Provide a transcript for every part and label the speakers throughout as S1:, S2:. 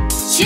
S1: 刊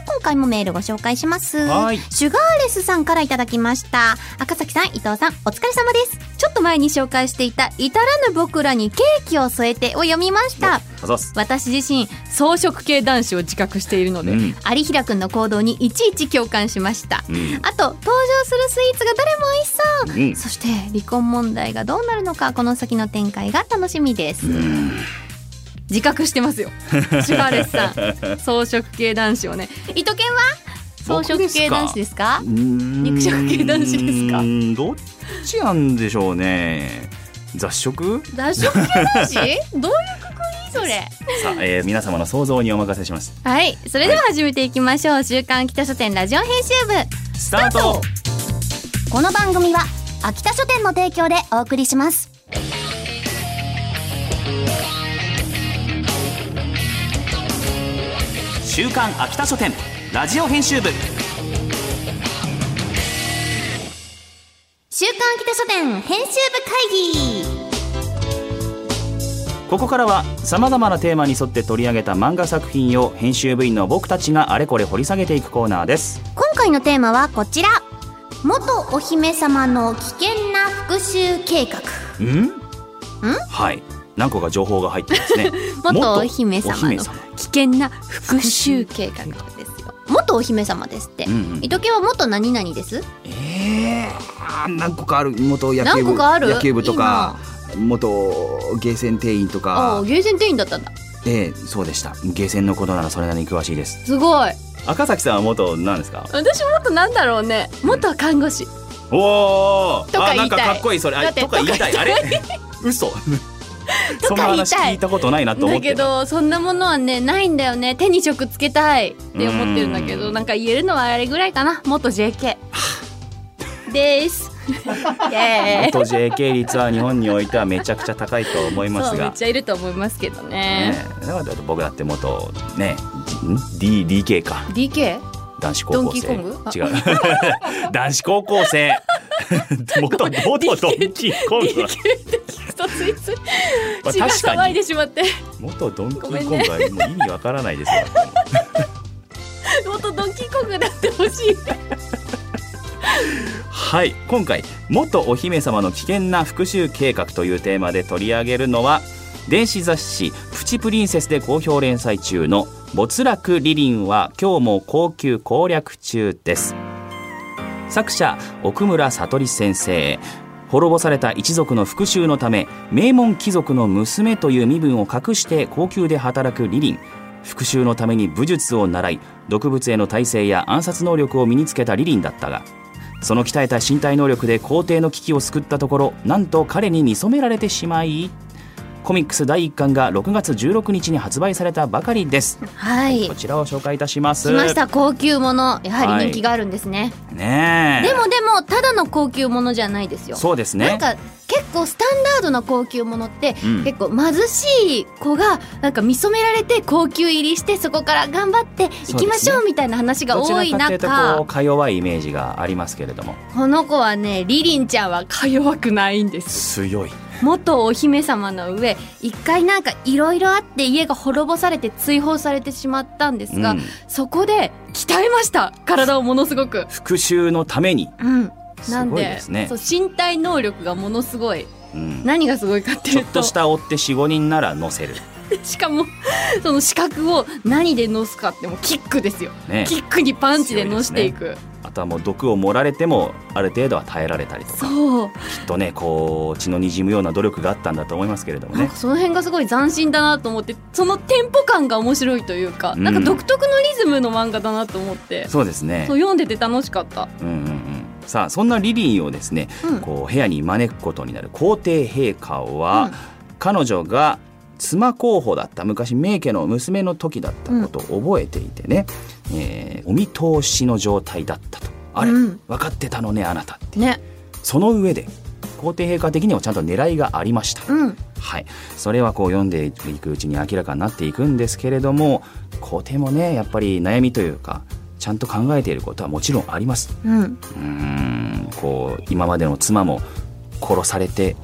S2: あ今回もメールご紹介します
S3: はい
S2: シュガーレスさんからいただきました赤崎さん伊藤さんお疲れ様ですちょっと前に紹介していた至らぬ僕らにケーキを添えてを読みました
S3: あざっす
S2: 私自身草食系男子を自覚しているので、
S3: うん
S2: 有平くんの行動にいちいち共感しました、
S3: うん
S2: あと登場するスイーツがどれも美味しそう、
S3: うん
S2: そして離婚問題がどうなるのかこの先の展開が楽しみです、自覚してますよシュガーレスさん草食系男子をね伊藤健は草食系男子ですか肉
S3: 肉
S2: 食系男子ですか
S3: どっちなんでしょうね雑食
S2: 男食系男子 どういうくくりそれ
S3: さあ、えー、皆様の想像にお任せします
S2: はいそれでは始めていきましょう、週刊北書店ラジオ編集部
S3: スタート
S2: この番組は秋田書店の提供でお送りします
S3: 週刊秋田書店ラジオ編集部
S2: 週刊秋田書店編集部会議
S3: ここからはさまざまなテーマに沿って取り上げた漫画作品を編集部員の僕たちがあれこれ掘り下げていくコーナーです
S2: 今回のテーマはこちら元お姫様の危険な復讐計画
S3: んはい何個か情報が入ってま すね
S2: 元お姫様
S3: 元お
S2: の危険な復讐計画ですよ元お姫様ですって、
S3: うんうん
S2: 伊藤家は元何々です
S4: ええー、何個かある元野球
S2: 何
S4: 部
S2: 個かある
S4: 野球部とか元ゲーセン店員と
S2: ああ
S4: か
S2: ゲーセン店員だったんだ
S3: ええそうでしたゲーセンのことならそれなりに詳しいです
S2: すごい
S3: 赤崎さんは元何ですか
S2: 私元なんだろうね元は看護師
S3: おお
S2: とか言いたい
S3: なんかかっこいいそれ
S2: だ
S3: あ
S2: って
S3: とか言いたいあれ 嘘そんな話聞いたことないなと思
S2: だ
S3: っ
S2: け
S3: てた
S2: どそんなものはねないんだよね手に職つけたいって思ってるんだけ
S3: う
S2: ど
S3: ん
S2: なんか言えるのはあれぐらいかな元 JK ですイエーイ
S3: 元 JK 率は日本においてはめちゃくちゃ高いと思いま
S2: そ
S3: す
S2: うめっ
S3: が
S2: ちゃいると思いますけどね
S3: ねえだから僕だって元ねん D DK か
S2: DK?
S3: 男子
S2: ドン
S3: 高校
S2: キー
S3: 生
S2: コングあ
S3: 違う 男子高校 生元元ドンキーコングは
S2: 一つい つ
S3: まあ
S2: 血が
S3: 確か
S2: 騒い
S3: に
S2: でしまって
S3: 元ドンキーコン
S2: ごめん
S3: グ
S2: ね
S3: はもう意味わからないですよ
S2: 元ドンキーコングだってほしい
S3: はい今回「元お姫様の危険な復讐計画」というテーマで取り上げるのは電子雑誌「プチプリンセス」で好評連載中の「没落リリンは今日も高級攻略中」です作者奥村悟先生滅ぼされた一族の復讐のため名門貴族の娘という身分を隠して高級で働くリリン復讐のために武術を習い毒物への耐性や暗殺能力を身につけたリリンだったがその鍛えた身体能力で皇帝の危機を救ったところなんと彼に見初められてしまいコミックス第1巻が6月16日に発売されたばかりです
S2: はい
S3: こちらを紹介いたします
S2: 来ました高級ものやはり人気があるんですね、
S3: ねえ
S2: でもでもただの高級ものじゃないですよ
S3: そうです
S2: なん
S3: ね
S2: か結構スタンダードな高級ものって、
S3: うん
S2: 結構貧しい子がなんか見初められて高級入りしてそこから頑張っていきましょ
S3: そうです
S2: うみたいな話が
S3: どちら
S2: 多
S3: か
S2: い
S3: というと
S2: 中
S3: こ
S2: こ
S3: うか弱いイメージがありますけれども
S2: の子はねリリンちゃんはか弱くないんです
S3: 強い
S2: 元お姫様の上一回なんかいろいろあって家が滅ぼされて追放されてしまったんですが、
S3: うん
S2: そこで鍛えました体をものすごく。
S3: 復讐のために、
S2: うんなん
S3: すごいですね
S2: そう身体能力がものすごい
S3: うん
S2: 何がすごいかっていう
S3: ち
S2: と
S3: ょっとした追って45人なら乗せる
S2: しかもその資格を何でのすかってもうキックですよ、
S3: ね
S2: キックにパンチでのしていく
S3: あとはもう毒を盛られてもある程度は耐えられたりとか
S2: そう、
S3: きっとねこう血の滲むような努力があったんだと思いますけれども
S2: なん
S3: ね
S2: かその辺がすごい斬新だなと思ってそのテンポ感が面白いというか、
S3: うん
S2: なんか独特のリズムの漫画だなと思って
S3: そうですね
S2: そう読んでて楽しかった、
S3: うんうんうんさあそんなリリンをですね、
S2: うん
S3: こう部屋に招くことになる皇帝陛下は、
S2: うん
S3: 彼女が妻候補だった昔名家の娘の時だったことを覚えていてね、えーお見通しの状態だったとあれ、
S2: うん
S3: 分かってたのねあなた
S2: ね
S3: その上で皇帝陛下的にもちゃんと狙いがありました、
S2: うん
S3: はい、それはこう読んでいくうちに明らかになっていくんですけれども皇帝もねやっぱり悩みというかちゃんと考えていることはもちろんあります
S2: うん
S3: うーんこう今までの妻も殺されて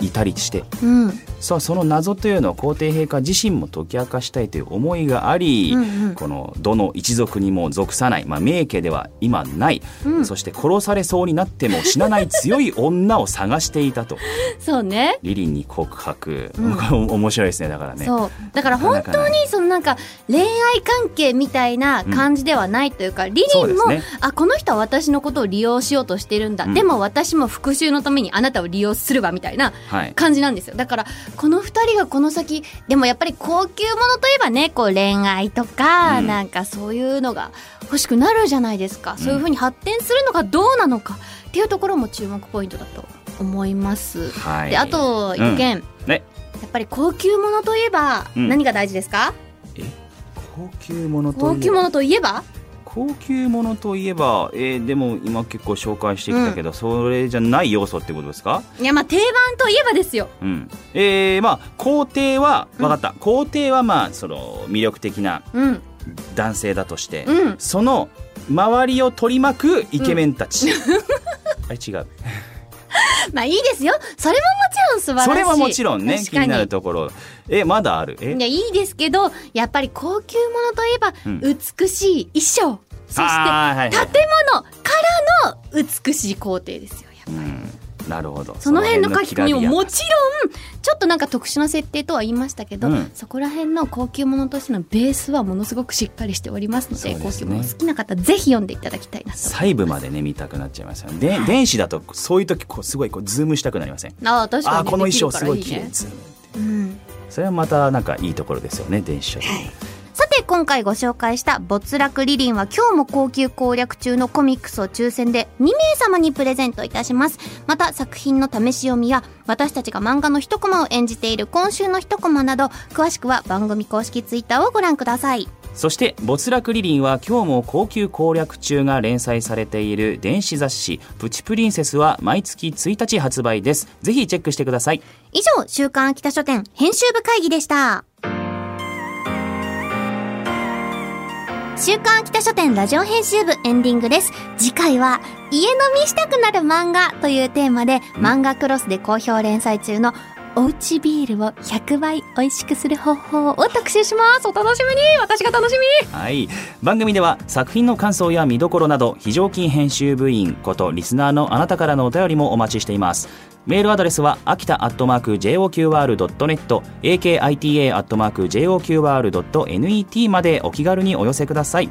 S3: いたりして
S2: うん
S3: さあその謎というのを皇帝陛下自身も解き明かしたいという思いがあり、
S2: うんうん
S3: このどの一族にも属さない、まあ、名家では今ない、
S2: うん
S3: そして殺されそうになっても死なない強い女を探していたと
S2: そうね
S3: リリンに告白、
S2: うん
S3: 面白いですねだからね。
S2: そうだから本
S3: なか
S2: 当
S3: なか
S2: にそのなんか恋愛関係みたいな感じではないというか、リリンも、
S3: そうです
S2: あこの人は私のことを利用しようとしてるんだ、
S3: うん
S2: でも私も復讐のためにあなたを利用するわみたいな
S3: はい
S2: 感じなんですよだからこの2人がこの先でもやっぱり高級ものといえばねこう恋愛とか、
S3: うん
S2: なんかそういうのが欲しくなるじゃないですか、そういうふうに発展するのかどうなのかっていうところも注目ポイントだと思います。
S3: はい、
S2: であと一見、
S3: ね
S2: やっぱり高級ものといえば
S3: うん
S2: 何が大事ですか、
S3: 高級ものと
S2: 高
S3: いえ
S2: 級も
S3: ば
S2: のといえば
S3: 高級ものといえば、えーでも今結構紹介してきたけど、それじゃない要素ってことですか
S2: いやまあ定番といえばですよ
S3: うん、えー、まあ皇帝は分かった、皇帝はまあその魅力的な
S2: うん
S3: 男性だとして、
S2: うん
S3: その周りを取り巻くイケメンたち、 あれ違う
S2: まあいいですよそれももちろん素晴らしい
S3: それはもちろんね
S2: 確
S3: 気
S2: か
S3: に
S2: に
S3: なるところえまだあるえ
S2: いやいいですけどやっぱり高級ものといえば、
S3: うん
S2: 美しい衣装そして
S3: あーはいはい
S2: 建物からの美しい工程ですよやっぱ
S3: うん、なるほど
S2: その辺の書き込みも
S3: その辺の
S2: も
S3: き
S2: ちろんちょっとなんか特殊な設定とは言いましたけど、
S3: うん
S2: そこら辺の高級ものとしてのベースはものすごくしっかりしておりますので
S3: そうで
S2: 高
S3: す
S2: 級
S3: ね
S2: もの好きな方ぜひ読んでいただきたいなと。
S3: 細部までね見たくなっちゃいますよねで電子だとそういう時こうすごいこうズームしたくなりません
S2: ああ確かに
S3: あーこの衣装
S2: ですきる
S3: ご
S2: から
S3: い綺麗
S2: ね
S3: ズーム
S2: うん
S3: それはまたなんかいいところですよね電子書籍
S2: さて今回ご紹介した「没落リリン」は今日も高級攻略中のコミックスを抽選で2名様にプレゼントいたしますまた作品の試し読みや私たちが漫画の一コマを演じている今週の一コマなど詳しくは番組公式ツイッターをご覧ください
S3: そして「没落リリン」は今日も高級攻略中が連載されている電子雑誌「プチプリンセス」は毎月1日発売ですぜひチェックしてください
S2: 以上週刊秋田書店編集部会議でした週刊秋田書店ラジオ編集部エンディングです次回は家飲みしたくなる漫画というテーマで漫画クロスで好評連載中のおうちビールを100倍美味しくする方法を特集しますお楽しみに私が楽しみ
S3: はい番組では作品の感想や見どころなど非常勤編集部員ことリスナーのあなたからのお便りもお待ちしていますメールアドレスは秋田アットマーク JOQR.net akita アットマーク JOQR.net までお気軽にお寄せください